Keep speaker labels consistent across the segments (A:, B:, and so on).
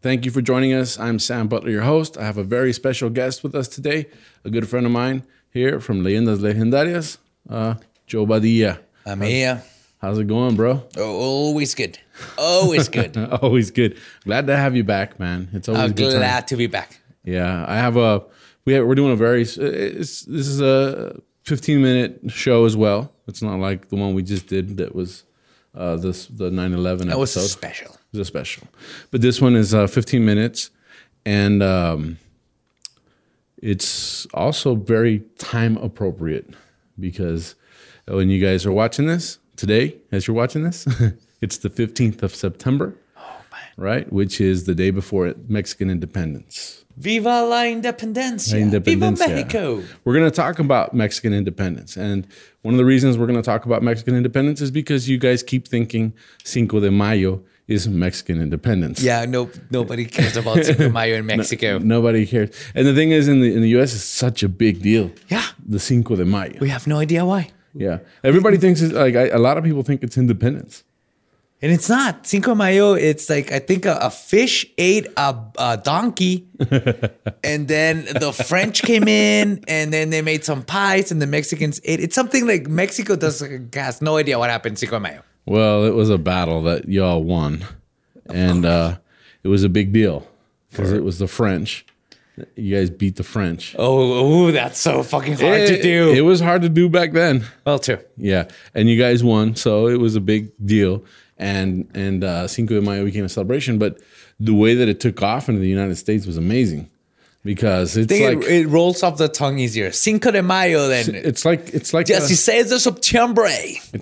A: Thank you for joining us. I'm Sam Butler, your host. I have a very special guest with us today, a good friend of mine here from Leyendas Legendarias, uh, Joe Badilla.
B: I'm here.
A: How's it going, bro?
B: Oh, always good. Always good.
A: always good. Glad to have you back, man. It's always
B: I'm
A: a good. Time.
B: glad to be back.
A: Yeah, I have a. We have, we're doing a very. It's, this is a 15 minute show as well. It's not like the one we just did that was uh, this the 9/11
B: That was
A: episode.
B: special.
A: It was a special. But this one is uh, 15 minutes, and um, it's also very time appropriate because uh, when you guys are watching this today, as you're watching this, it's the 15th of September,
B: Oh,
A: right? Which is the day before Mexican independence.
B: Viva la independencia.
A: Independencia.
B: Viva Mexico.
A: We're going to talk about Mexican independence. And one of the reasons we're going to talk about Mexican independence is because you guys keep thinking Cinco de Mayo is Mexican independence.
B: Yeah, no, nobody cares about Cinco de Mayo in Mexico.
A: Nobody cares. And the thing is, in the in the U.S., it's such a big deal.
B: Yeah.
A: the Cinco de Mayo.
B: We have no idea why.
A: Yeah, everybody thinks it's like I, a lot of people think it's Independence.
B: And it's not. Cinco de Mayo, it's like, I think a, a fish ate a, a donkey. and then the French came in and then they made some pies and the Mexicans ate. It's something like Mexico does, has no idea what happened Cinco de Mayo.
A: Well, it was a battle that y'all won, and uh, it was a big deal because it was the French. You guys beat the French.
B: Oh, ooh, that's so fucking hard to
A: It-
B: do.
A: It was hard to do back then.
B: well, too.
A: Yeah, and you guys won, so it was a big deal. And and uh, Cinco de Mayo became a celebration, but the way that it took off into the United States was amazing because it's
B: think
A: like
B: it, it rolls off the tongue easier. Cinco de Mayo, then.
A: it's like it's like
B: Yes,
A: the,
B: he says de Septiembre.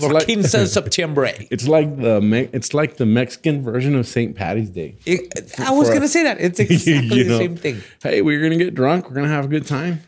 B: Or
A: like-
B: 15 de Septiembre.
A: it's like the Me- it's like the Mexican version of St. Patty's Day.
B: It- I was going to say that. It's exactly
A: You
B: the
A: know?
B: same thing.
A: Hey, we're gonna get drunk. We're gonna have a good time.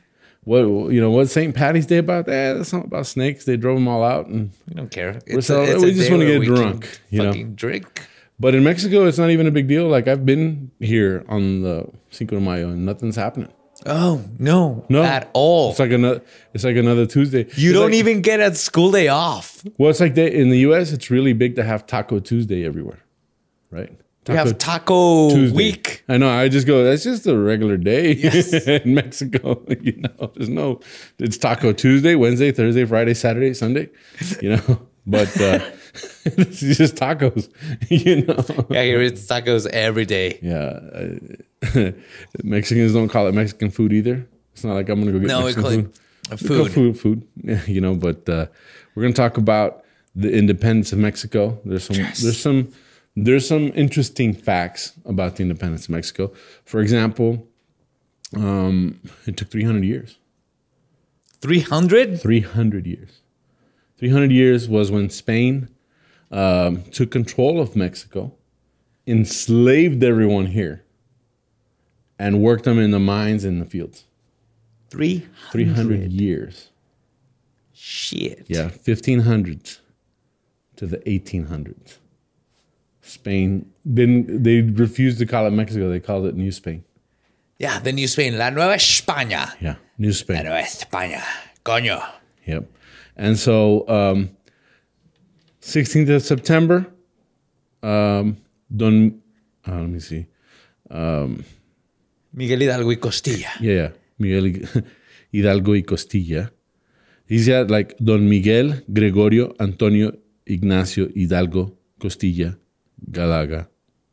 A: What you know? What St. Patty's Day about? Eh, that's not about snakes. They drove them all out, and
B: We don't care. It's
A: so- we just wanna
B: where
A: get
B: we can
A: drunk, you know?
B: Fucking drink.
A: But in Mexico, it's not even a big deal. Like I've been here on the Cinco de Mayo, and nothing's happening.
B: Oh, no.
A: No,
B: At all.
A: It's like another. It's like another Tuesday.
B: you
A: It's
B: don't
A: like-
B: even get a school day off.
A: Well, it's like they, in the U.S. It's really big to have Taco Tuesday everywhere, right?
B: You have Taco
A: Tuesday.
B: Week.
A: I know. I just go. That's just a regular day in Mexico. You know, there's no. It's Taco Tuesday, Wednesday, Thursday, Friday, Saturday, Sunday. You know, but uh, it's just tacos. You know.
B: Yeah, here it's tacos every day.
A: Yeah, I, Mexicans don't call it Mexican food either. It's not like I'm gonna go get
B: No, we
A: Mexican
B: call
A: food.
B: it
A: We call
B: food.
A: food, food. Yeah, you know. But uh, we're gonna talk about the independence of Mexico. There's some, there's some, there's some interesting facts about the independence of Mexico. For example, um, it took 300 years.
B: 300?
A: 300 years. 300 years was when Spain um, took control of Mexico, enslaved everyone here, and worked them in the mines and the fields.
B: 300.
A: 300 years.
B: Shit.
A: Yeah, 1500s to the 1800s. Spain didn't, they refused to call it Mexico. They called it New Spain.
B: Yeah, the new Spain, La Nueva España.
A: Yeah, New
B: La
A: Spain.
B: Nueva España. Coño.
A: Yep. And so, um, 16th of September, um, Don, uh, let me see.
B: Miguel Hidalgo y Costilla.
A: Yeah, yeah. Miguel Hidalgo y Costilla. He's got like Don Miguel Gregorio Antonio Ignacio Hidalgo Costilla Galaga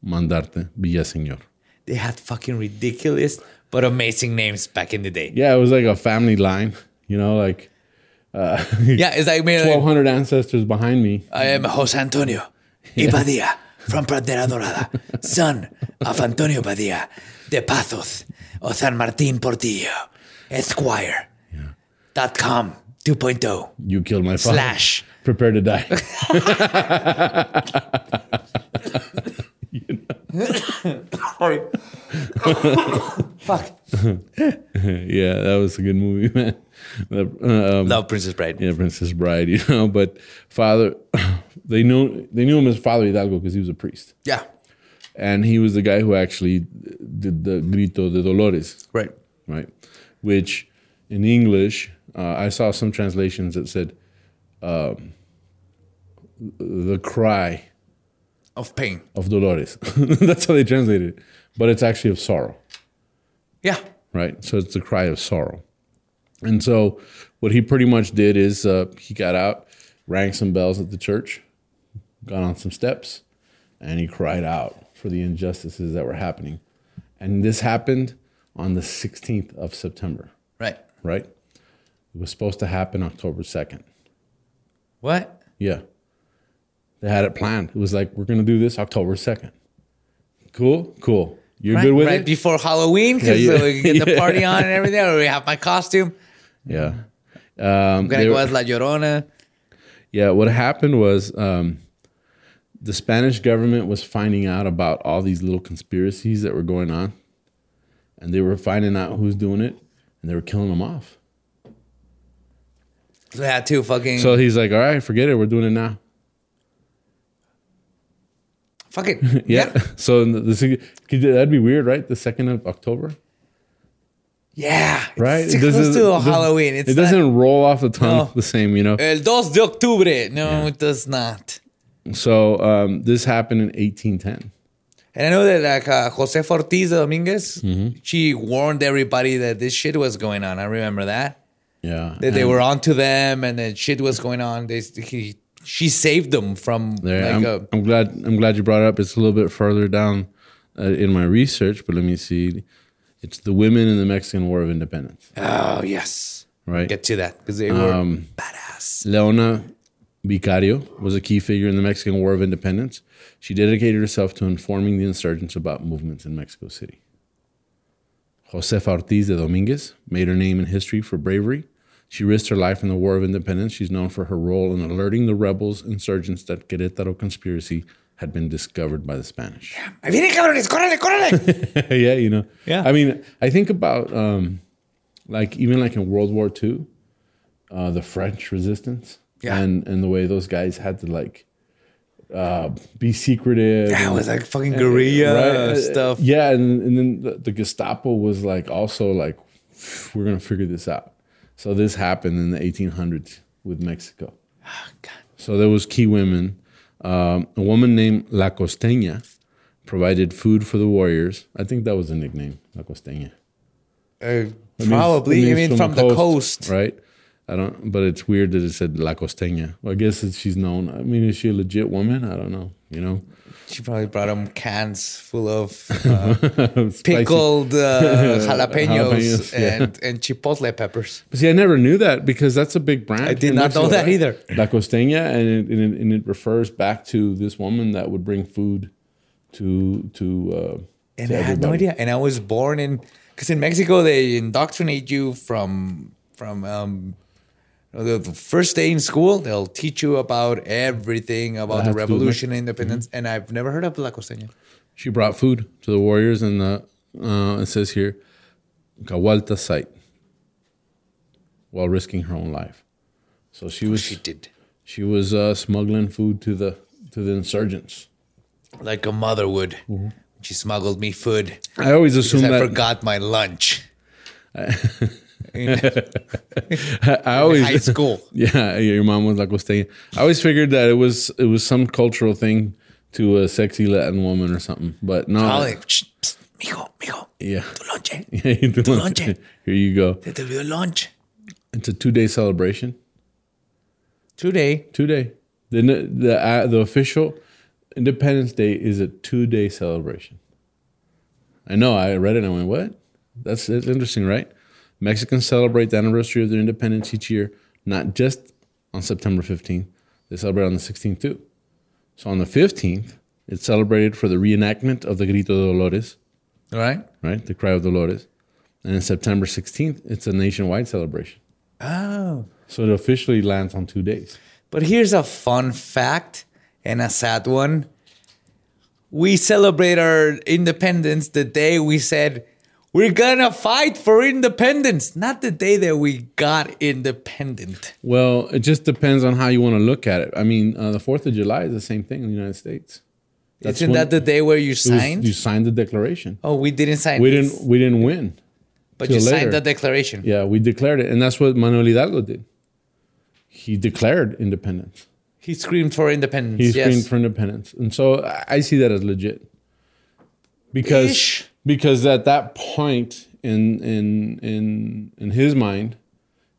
A: Mandarte Villaseñor.
B: They had fucking ridiculous but amazing names back in the day.
A: Yeah, it was like a family line, you know, like
B: Yeah, it's like, I mean, like,
A: 1,200 ancestors behind me.
B: I am Jose Antonio Ibadia from Pradera Dorada, son of Antonio Badia de Pazos o San Martín Portillo, Esquire. Dot com oh, 2.0
A: You killed my father.
B: slash.
A: prepare to die. You know?
B: Sorry. Fuck.
A: yeah, that was a good movie, man. The, um,
B: Love Princess Bride.
A: yeah, Princess Bride, you know. But Father, they knew they knew him as Father Hidalgo because he was a priest,
B: Yeah.
A: and he was the guy who actually did the Grito de Dolores,
B: Right.
A: right? Which in English, uh, I saw some translations that said um, the cry
B: Of pain.
A: of Dolores. That's how they translated it, but it's actually of sorrow.
B: Yeah.
A: right? So it's the cry of sorrow. And so what he pretty much did is uh, he got out, rang some bells at the church, got on some steps, and he cried out for the injustices that were happening. And this happened on the 16th of September,
B: Right.
A: right? It was supposed to happen October 2nd.
B: What?
A: Yeah. They had it planned. It was like, we're going to do this October 2nd. Cool, cool. You're
B: Right,
A: good with
B: right
A: it?
B: before Halloween because
A: Yeah, yeah.
B: we can get the party on and everything. Or we have my costume.
A: yeah. Um,
B: I'm gonna
A: they
B: go
A: were-
B: as La Llorona.
A: Yeah, what happened was um, the Spanish government was finding out about all these little conspiracies that were going on, and they were finding out who's doing it, and they were killing them off.
B: So I had to fucking
A: So he's like, "All right, forget it. We're doing it now."
B: fuck it.
A: Yeah. So the, the sig- could- that'd be weird, right? The second of October,
B: Yeah.
A: right?
B: It's
A: It
B: close
A: doesn't-
B: to
A: it doesn't-
B: Halloween. It's
A: it
B: not-
A: doesn't roll off the tongue
B: No.
A: the same, you know.
B: El 2 de octubre. No, it does not.
A: So um, this happened in 1810.
B: And I know that like uh, Jose Ortiz Dominguez,
A: Mm-hmm.
B: she warned everybody that this shit was going on. I remember that.
A: Yeah.
B: That they
A: and
B: were onto them and that shit was going on. They he, she saved them from
A: there.
B: like uh,
A: I'm,
B: a
A: I'm glad. I'm glad you brought it up. It's a little bit further down uh, in my research, but let me see. It's the women in the Mexican War of Independence,
B: Oh yes.
A: right?
B: Get to that because they were
A: Um,
B: badass.
A: Leona Vicario was a key figure in the Mexican War of Independence. She dedicated herself to informing the insurgents about movements in Mexico City. Josefa Ortiz de Dominguez made her name in history for bravery. She risked her life in the War of Independence. She's known for her role in alerting the rebels insurgents that Querétaro conspiracy had been discovered by the Spanish.
B: Ahí vienen cabrones, córrele, córrele.
A: yeah, you know.
B: Yeah.
A: I mean, I think about um, like even like in World War II, uh, the French resistance.
B: Yeah.
A: And and the way those guys had to like uh, be secretive.
B: That
A: and-
B: was Ah, like fucking guerrilla
A: Eh, right?
B: Uh, stuff.
A: Uh, Yeah, and, and then the, the Gestapo was like also like we're gonna figure this out. So this happened in the 1800s with Mexico.
B: Ah, God.
A: So there was key women. Um, a woman named La Costeña provided food for the warriors. I think that was the nickname, La Costeña.
B: Uh,
A: It means-
B: probably.
A: it
B: I
A: means
B: mean, from, the coast.
A: right? I don't. But it's weird that it said La Costeña. Well, I guess it's, she's known. I mean, is she a legit woman? I don't know. You know,
B: She probably brought them cans full of uh,
A: Spicy.
B: pickled uh, jalapenos
A: Jalapenos, yeah.
B: and, and chipotle peppers.
A: But see, I never knew that because that's a big brand. I
B: did not know that either.
A: La Costeña, and it, and, it, and it refers back to this woman that would bring food to to. Uh,
B: And
A: to
B: I had no
A: everybody.
B: idea. And I was born in because in Mexico they indoctrinate you from from um, the the first day in school. They'll teach you about everything about the
A: has to do Mm-hmm. with
B: revolution, independence, and I've never heard of La Costeña.
A: She brought food to the warriors, and the uh, it says here, Kawalta site, while risking her own life. So she was
B: She did
A: she was uh, smuggling food to the to the insurgents.
B: like a mother would. She smuggled me food
A: I always
B: because
A: assumed
B: I
A: that.
B: forgot my lunch
A: I
B: in high
A: always
B: school.
A: yeah, yeah, your mom was like was taking. I always figured that it was it was some cultural thing to a sexy Latin woman or something, but no.
B: I was like, "Shh, psst, mijo, mijo, eh?
A: yeah.
B: tu lonche.
A: Yeah, you do want-
B: lonche.
A: Here you go.
B: Se te olvidó el lunch.
A: It's a two day celebration.
B: Today,
A: Two day. The the uh, the official Independence Day is a two day celebration. I know. I read it. and I went, what? That's, that's interesting, right? Mexicans celebrate the anniversary of their independence each year, not just on September 15th. They celebrate on the 16th too. So on the 15th, it's celebrated for the reenactment of the Grito de Dolores,
B: all right?
A: right? The Cry of Dolores. And on September 16th, it's a nationwide celebration.
B: Oh.
A: So it officially lands on two days.
B: But here's a fun fact and a sad one. we celebrate our independence the day we said we're gonna fight for independence, not the day that we got independent.
A: Well, it just depends on how you want to look at it. I mean, uh, the Fourth of July is the same thing in the United States. That's
B: Isn't
A: when
B: that the day where you
A: it was-
B: signed?
A: You signed the declaration.
B: oh, we didn't sign.
A: We
B: this,
A: didn't. We didn't win.
B: but
A: till
B: you
A: later.
B: signed the declaration.
A: Yeah, we declared it, and that's what Manuel Hidalgo did. He declared independence.
B: He screamed for independence.
A: He
B: yes.
A: screamed for independence, and so I- I see that as legit because
B: Ish.
A: because at that point in in in in his mind,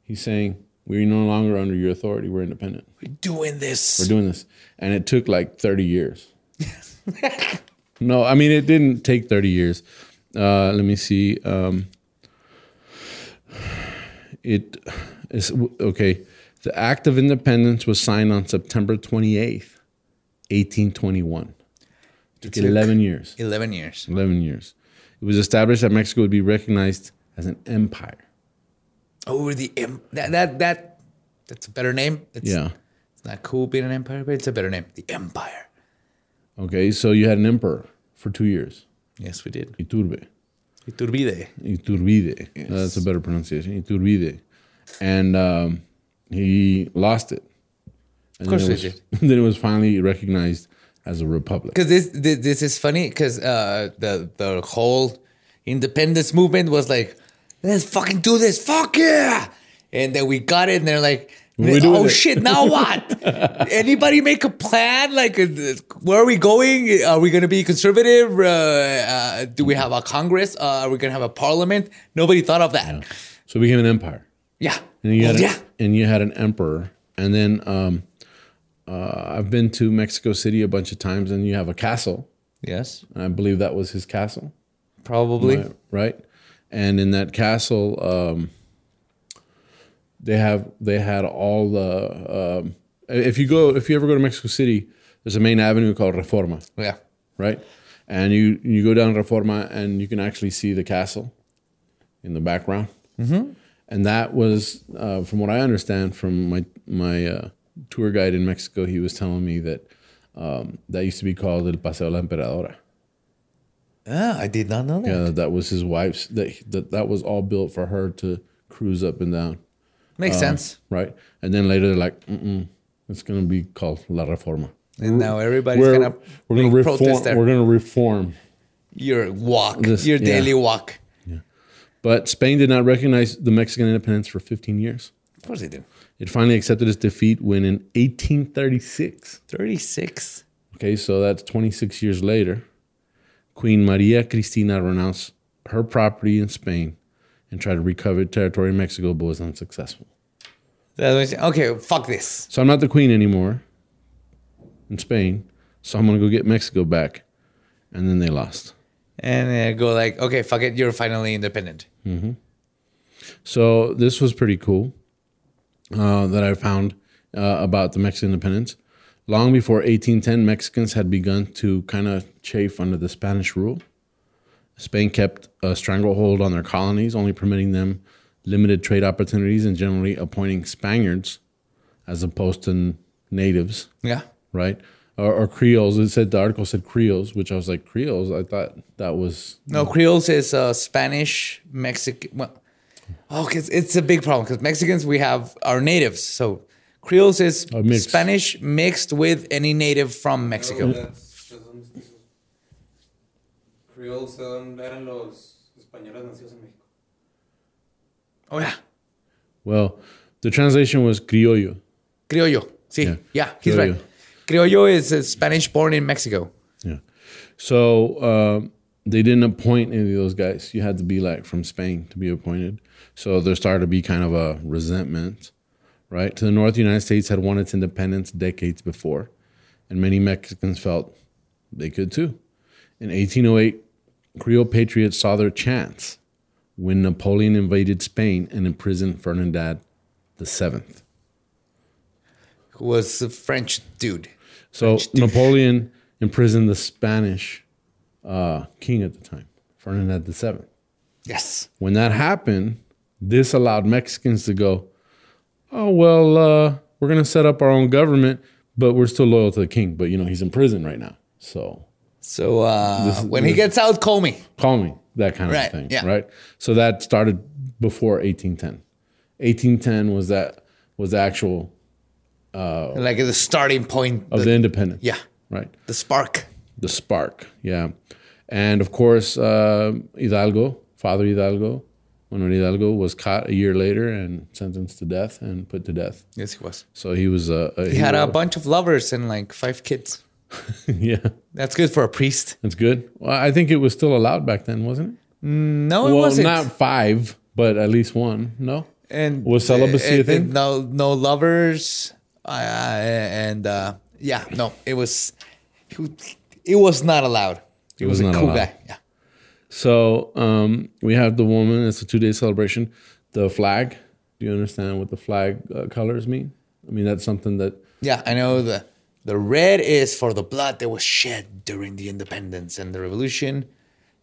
A: he's saying we're no longer under your authority. We're independent.
B: We're doing this.
A: We're doing this, and it took like thirty years. no, I mean it didn't take thirty years. Uh, let me see. Um, it is okay. The Act of Independence was signed on September twenty eighth, eighteen twenty one. Took
B: took-
A: eleven years.
B: Eleven years.
A: 11 years. It was established that Mexico would be recognized as an empire. Mm.
B: Over the em- that that that that's a better name. It's,
A: Yeah.
B: It's not cool being an empire, but it's a better name. The empire.
A: Okay. So you had an emperor for two years,
B: Yes, we did.
A: Iturbe.
B: Iturbide.
A: Iturbide. That's a better pronunciation. Iturbide. And um, he lost it. And
B: course
A: then it
B: he
A: was, Then it was finally recognized as a republic.
B: Because this, this this is funny because uh, the the whole independence movement was like, let's fucking do this, fuck yeah, and then we got it, and they're like,
A: we doing
B: oh
A: it?"
B: shit, now what? Anybody make a plan? Like, uh, where are we going? Are we gonna be conservative? Uh, uh, do we have a Congress? Uh, are we gonna have a parliament? Nobody thought of that.
A: So it became an empire.
B: Yeah,
A: And you
B: Oh,
A: had,
B: yeah.
A: and you had an emperor. And then um, uh, I've been to Mexico City a bunch of times, and you have a castle.
B: Yes,
A: I believe that was his castle.
B: probably.
A: right? right? And in that castle, um, they have they had all the. Um, if you go, if you ever go to Mexico City, there's a main avenue called Reforma,
B: Yeah,
A: right? And you you go down Reforma, and you can actually see the castle in the background. Mm-hmm. And that was, uh, from what I understand, from my my uh, tour guide in Mexico, he was telling me that um, that used to be called El Paseo de la Emperadora.
B: Ah, I did not know that.
A: Yeah, that was his wife's. That that that was all built for her to cruise up and down,
B: Makes
A: Uh,
B: sense.
A: right? And then later they're like, Mm-mm, it's gonna be called La Reforma.
B: And now everybody's
A: We're
B: gonna
A: we're gonna
B: make
A: reform.
B: protest there.
A: We're gonna reform.
B: your walk,
A: This-
B: your
A: yeah.
B: daily walk.
A: But Spain did not recognize the Mexican independence for 15 years.
B: Of course they do.
A: It finally accepted its defeat when in 1836.
B: 36.
A: Okay, so that's 26 years later. Queen Maria Cristina renounced her property in Spain and tried to recover territory in Mexico, but was unsuccessful.
B: That was- Okay, fuck this.
A: So I'm not the queen anymore in Spain. So I'm gonna go get Mexico back. And then they lost.
B: And then go like, okay, fuck it, you're finally independent.
A: So this was pretty cool uh, that I found uh, about the Mexican independence. Long before 1810, Mexicans had begun to kind of chafe under the Spanish rule. Spain kept a stranglehold on their colonies, only permitting them limited trade opportunities and generally appointing Spaniards as opposed to natives.
B: Yeah.
A: right? Or, or Creoles. It said the article said Creoles, which I was like Creoles. I thought that was
B: No, Creoles is uh, Spanish, Mexican. Well, oh, 'cause it's a big problem because Mexicans, we have our natives. So Creoles is
A: mix.
B: Spanish mixed with any native from Mexico.
C: That's- son- Creoles son- eran los españoles nacidos en México.
B: Oh, yeah.
A: well. The translation was criollo.
B: Criollo. See,
A: Yeah.
B: yeah, he's right. Criollo is uh, Spanish born in Mexico.
A: Yeah. So uh, they didn't appoint any of those guys. You had to be like from Spain to be appointed. So there started to be kind of a resentment, right? To the north, the United States had won its independence decades before, and many Mexicans felt they could too. In 1808, Creole patriots saw their chance when Napoleon invaded Spain and imprisoned Ferdinand the Seventh.
B: who Was a French dude.
A: So Napoleon imprisoned the Spanish uh, king at the time, Ferdinand the Seventh.
B: Yes.
A: When that happened, this allowed Mexicans to go, oh well, uh, we're gonna set up our own government, but we're still loyal to the king. But you know he's in prison right now, so
B: So uh,
A: This is-
B: when he gets out, call me.
A: call me that kind of
B: Right,
A: thing
B: yeah.
A: right so that started before 1810 1810 was that was the actual Oh.
B: Like the starting point,
A: of the, independence
B: yeah,
A: right
B: the spark.
A: the spark yeah and of course um hidalgo father hidalgo manuel hidalgo was caught a year later and sentenced to death and put to death
B: Yes, he was.
A: so he was a, a
B: He had a bunch of lovers and like five kids.
A: yeah
B: That's good for a priest.
A: that's good well, i think it was still allowed back then wasn't it
B: No, it
A: well
B: wasn't.
A: not five but at least one no
B: and
A: was celibacy a
B: and- and
A: thing?
B: No, no lovers. Uh, and uh, yeah, no, it was. It was not allowed. He
A: was
B: was,
A: not
B: a cool
A: allowed.
B: guy. Yeah.
A: So um, we have the woman. It's a two-day celebration. The flag. Do you understand what the flag uh, colors mean? I mean, that's something that
B: Yeah, I know the the red is for the blood that was shed during the independence and the revolution,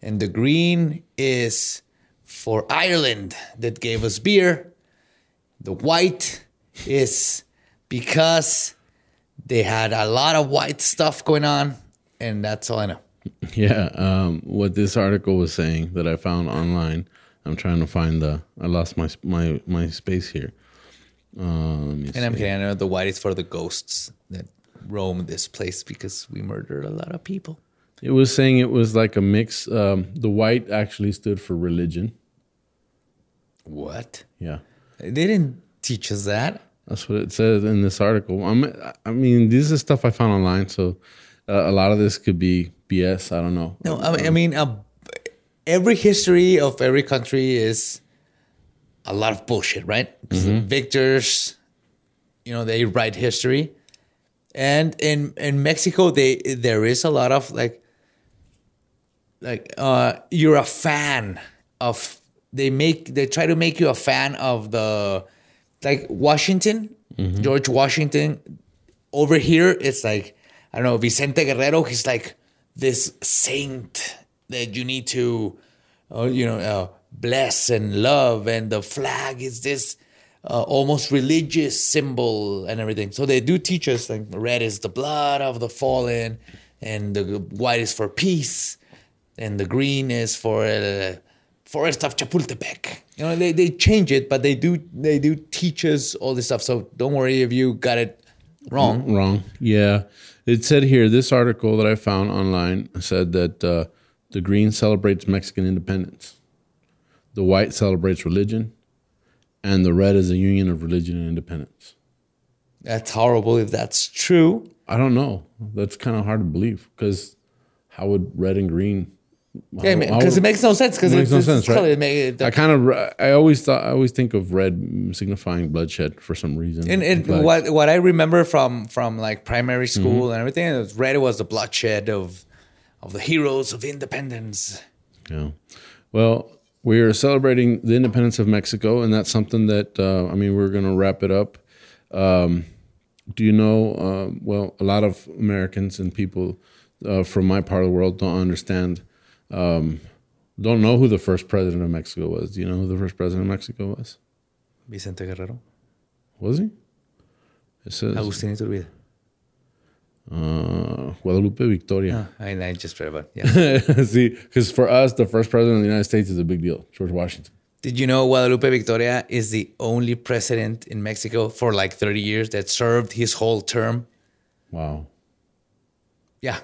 B: and the green is for Ireland that gave us beer. The white is because they had a lot of white stuff going on, and that's all I know.
A: Yeah, um, what this article was saying that I found online. I'm trying to find the. I lost my sp- my my space here. Um, let me
B: And I'm
A: see.
B: kidding. I know the white is for the ghosts that roam this place because we murdered a lot of people.
A: it was saying it was like a mix. Um, the white actually stood for religion.
B: What?
A: Yeah,
B: They didn't teach us that.
A: That's what it says in this article. I'm, I mean, this is stuff I found online, so uh, a lot of this could be BS. I don't know.
B: No, I mean, I mean uh, every history of every country is a lot of bullshit, right? 'Cause the Victors, you know, they write history, and in in Mexico, they there is a lot of like, like uh, you're a fan of they make they try to make you a fan of the like Washington, George Washington. Over here, it's like I don't know Vicente Guerrero. He's like this saint that you need to, uh, you know, uh, bless and love, and the flag is this uh, almost religious symbol and everything. So they do teach us like red is the blood of the fallen, and the white is for peace, and the green is for uh, forest of Chapultepec. You know, they, they change it, but they do they do teach us all this stuff. So don't worry if you got it wrong.
A: Wrong. Yeah, it said here. This article that I found online said that uh, the green celebrates Mexican independence, the white celebrates religion, and the red is a union of religion and independence.
B: That's horrible if that's true.
A: I don't know. That's kind of hard to believe because how would red and green? how-
B: Yeah,
A: how
B: because
A: would-
B: it makes no sense. Because
A: makes
B: it's,
A: no
B: it's
A: sense, right?
B: color, it make- it-
A: I kind of I always thought I always think of red signifying bloodshed for some reason.
B: And, and
A: Like, Mm-hmm.
B: what what I remember from from like primary school and everything, it was red was the bloodshed of of the heroes of independence.
A: Yeah. Well, we are celebrating the independence of Mexico, and that's something that uh, I mean we're going to wrap it up. Um, do you know? Uh, well, a lot of Americans and people uh, from my part of the world don't understand. Um, don't know who the first president of Mexico was. Do you know who the first president of Mexico was?
B: Vicente Guerrero,
A: Was he? It says
B: Agustin Iturbide.
A: uh, Guadalupe Victoria.
B: Ah, I, I just read about. Yeah.
A: See, because for us, the first president of the United States is a big deal, George Washington.
B: Did you know Guadalupe Victoria is the only president in Mexico for like 30 years that served his whole term?
A: Wow,
B: Yeah,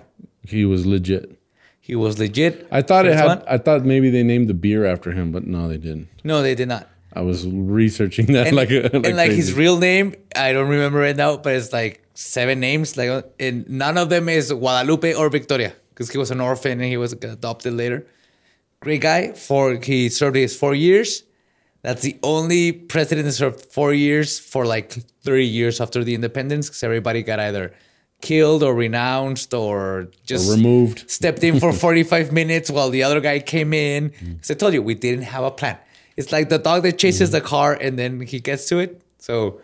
A: he was legit.
B: he was legit.
A: I thought it
B: First
A: had.
B: one?
A: I thought maybe they named the beer after him, but no, they didn't.
B: No, they did not.
A: I was researching that
B: and
A: like
B: like,
A: a, like,
B: and like his
A: crazy.
B: real name, I don't remember right now, but it's like seven names. Like, and none of them is Guadalupe or Victoria because he was an orphan and he was adopted later. Great guy. For he served his four years. That's the only president that served four years for like thirty years after the independence because everybody got either killed or renounced or just
A: removed.
B: stepped in for 45 minutes while the other guy came in.
A: Mm.
B: Because I told you, we didn't have a plan. It's like the dog that chases the car and then he gets to it. So,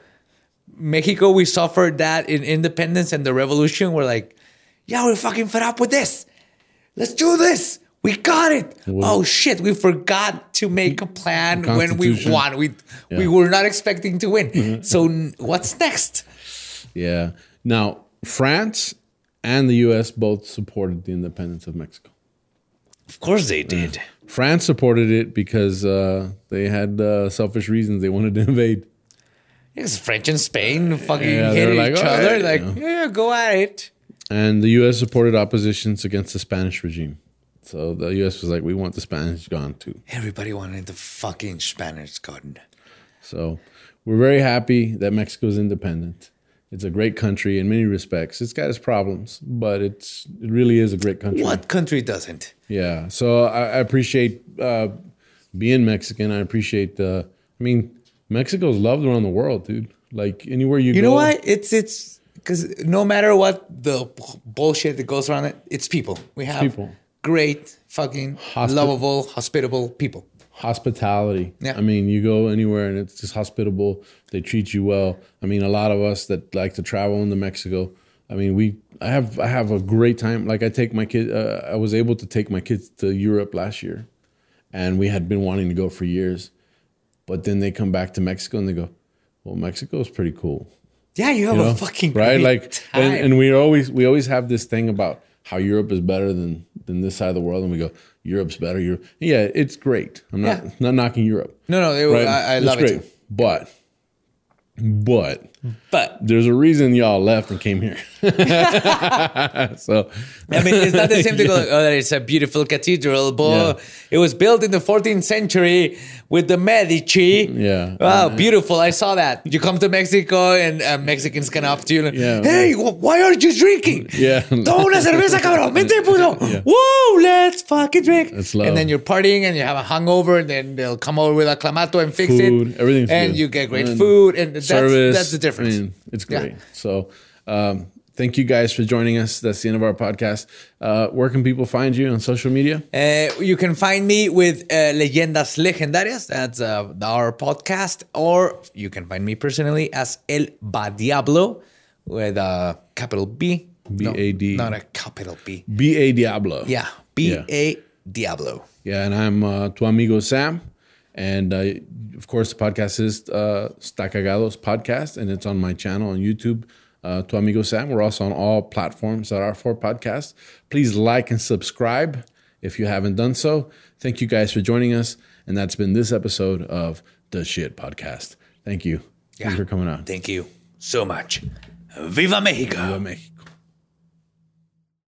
B: Mexico, we suffered that in independence and the revolution. We're like, yeah, we're fucking fed up with this. Let's do this. We got it. oh shit, we forgot to make a plan when we
A: Constitution.
B: won. We we
A: Yeah. Mm-hmm.
B: were not expecting to win. So n- what's next?
A: yeah. Now France and the U.S. both supported the independence of Mexico.
B: Of course they did.
A: Mm. France supported it because uh, they had uh, selfish reasons they wanted to invade.
B: It's French and Spain fucking
A: Uh, Yeah, they were
B: hitting
A: like, "Oh,
B: each
A: "All
B: other.
A: right,"
B: like,
A: you
B: yeah, go at it.
A: And the U.S. supported oppositions against the Spanish regime. So the U.S. was like, we want the Spanish gone too.
B: Everybody wanted the fucking Spanish garden.
A: So we're very happy that Mexico is independent. It's a great country in many respects. It's got its problems, but it's it really is a great country.
B: What country doesn't?
A: Yeah. So I, I appreciate uh, being Mexican. I appreciate the. I mean, Mexico's loved around the world, dude. Like anywhere you,
B: You
A: go,
B: know what? It's it's because no matter what the b- bullshit that goes around it, it's people. We have
A: people.
B: great fucking
A: Hospi-
B: lovable, hospitable people.
A: hospitality.
B: Yeah.
A: I mean, you go anywhere and it's just hospitable. They treat you well. I mean, a lot of us that like to travel into Mexico. I mean, we. I have I have a great time. Like I take my kid. Uh, I was able to take my kids to Europe last year, and we had been wanting to go for years, but then they come back to Mexico and they go, "Well, Mexico is pretty cool."
B: Yeah, you have
A: know?
B: a fucking
A: right
B: great
A: like
B: time.
A: and, and we always we always have this thing about how europe is better than than this side of the world and we go europe's better europe yeah it's great i'm not
B: Yeah.
A: not knocking europe
B: no, no, they, were
A: right
B: I, I
A: It's
B: love it. Too.
A: but but
B: But
A: there's a reason y'all left and came here so
B: I mean, it's not the same to go like, oh, it's a beautiful cathedral, but
A: Yeah.
B: it was built in the 14th century with the Medici.
A: Yeah.
B: Wow, beautiful. I saw that. You come to Mexico and uh, Mexicans come up to you. Like,
A: Yeah.
B: Hey, wh- why aren't you drinking?
A: Yeah.
B: Toma una cerveza, cabrón. Vente, puto. Whoa, let's fucking drink.
A: It's love.
B: And then you're partying and you have a hangover and then they'll come over with a clamato and fix
A: food
B: it.
A: everything's
B: And
A: good.
B: you get great
A: And
B: food and that's, that's the difference.
A: I mean, it's
B: Yeah.
A: great so um thank you guys for joining us that's the end of our podcast uh where can people find you on social media
B: Uh, you can find me with uh, Leyendas Legendarias. That's uh, our podcast. Or you can find me personally as El Badiablo with a capital B. No,
A: B.A.D..
B: Not a capital B.
A: ba diablo
B: Yeah. B A Diablo.
A: Yeah, and I'm uh, tu amigo Sam. And uh, of course, the podcast is uh, Está Cagados Podcast, and it's on my channel on YouTube, uh, Tu Amigo Sam. We're also on all platforms that are for podcasts. Please like and subscribe if you haven't done so. Thank you guys for joining us. And that's been this episode of The Shit Podcast. Thank you. Thanks for coming on.
B: Thank you so much. Viva Mexico.
A: Viva Mexico.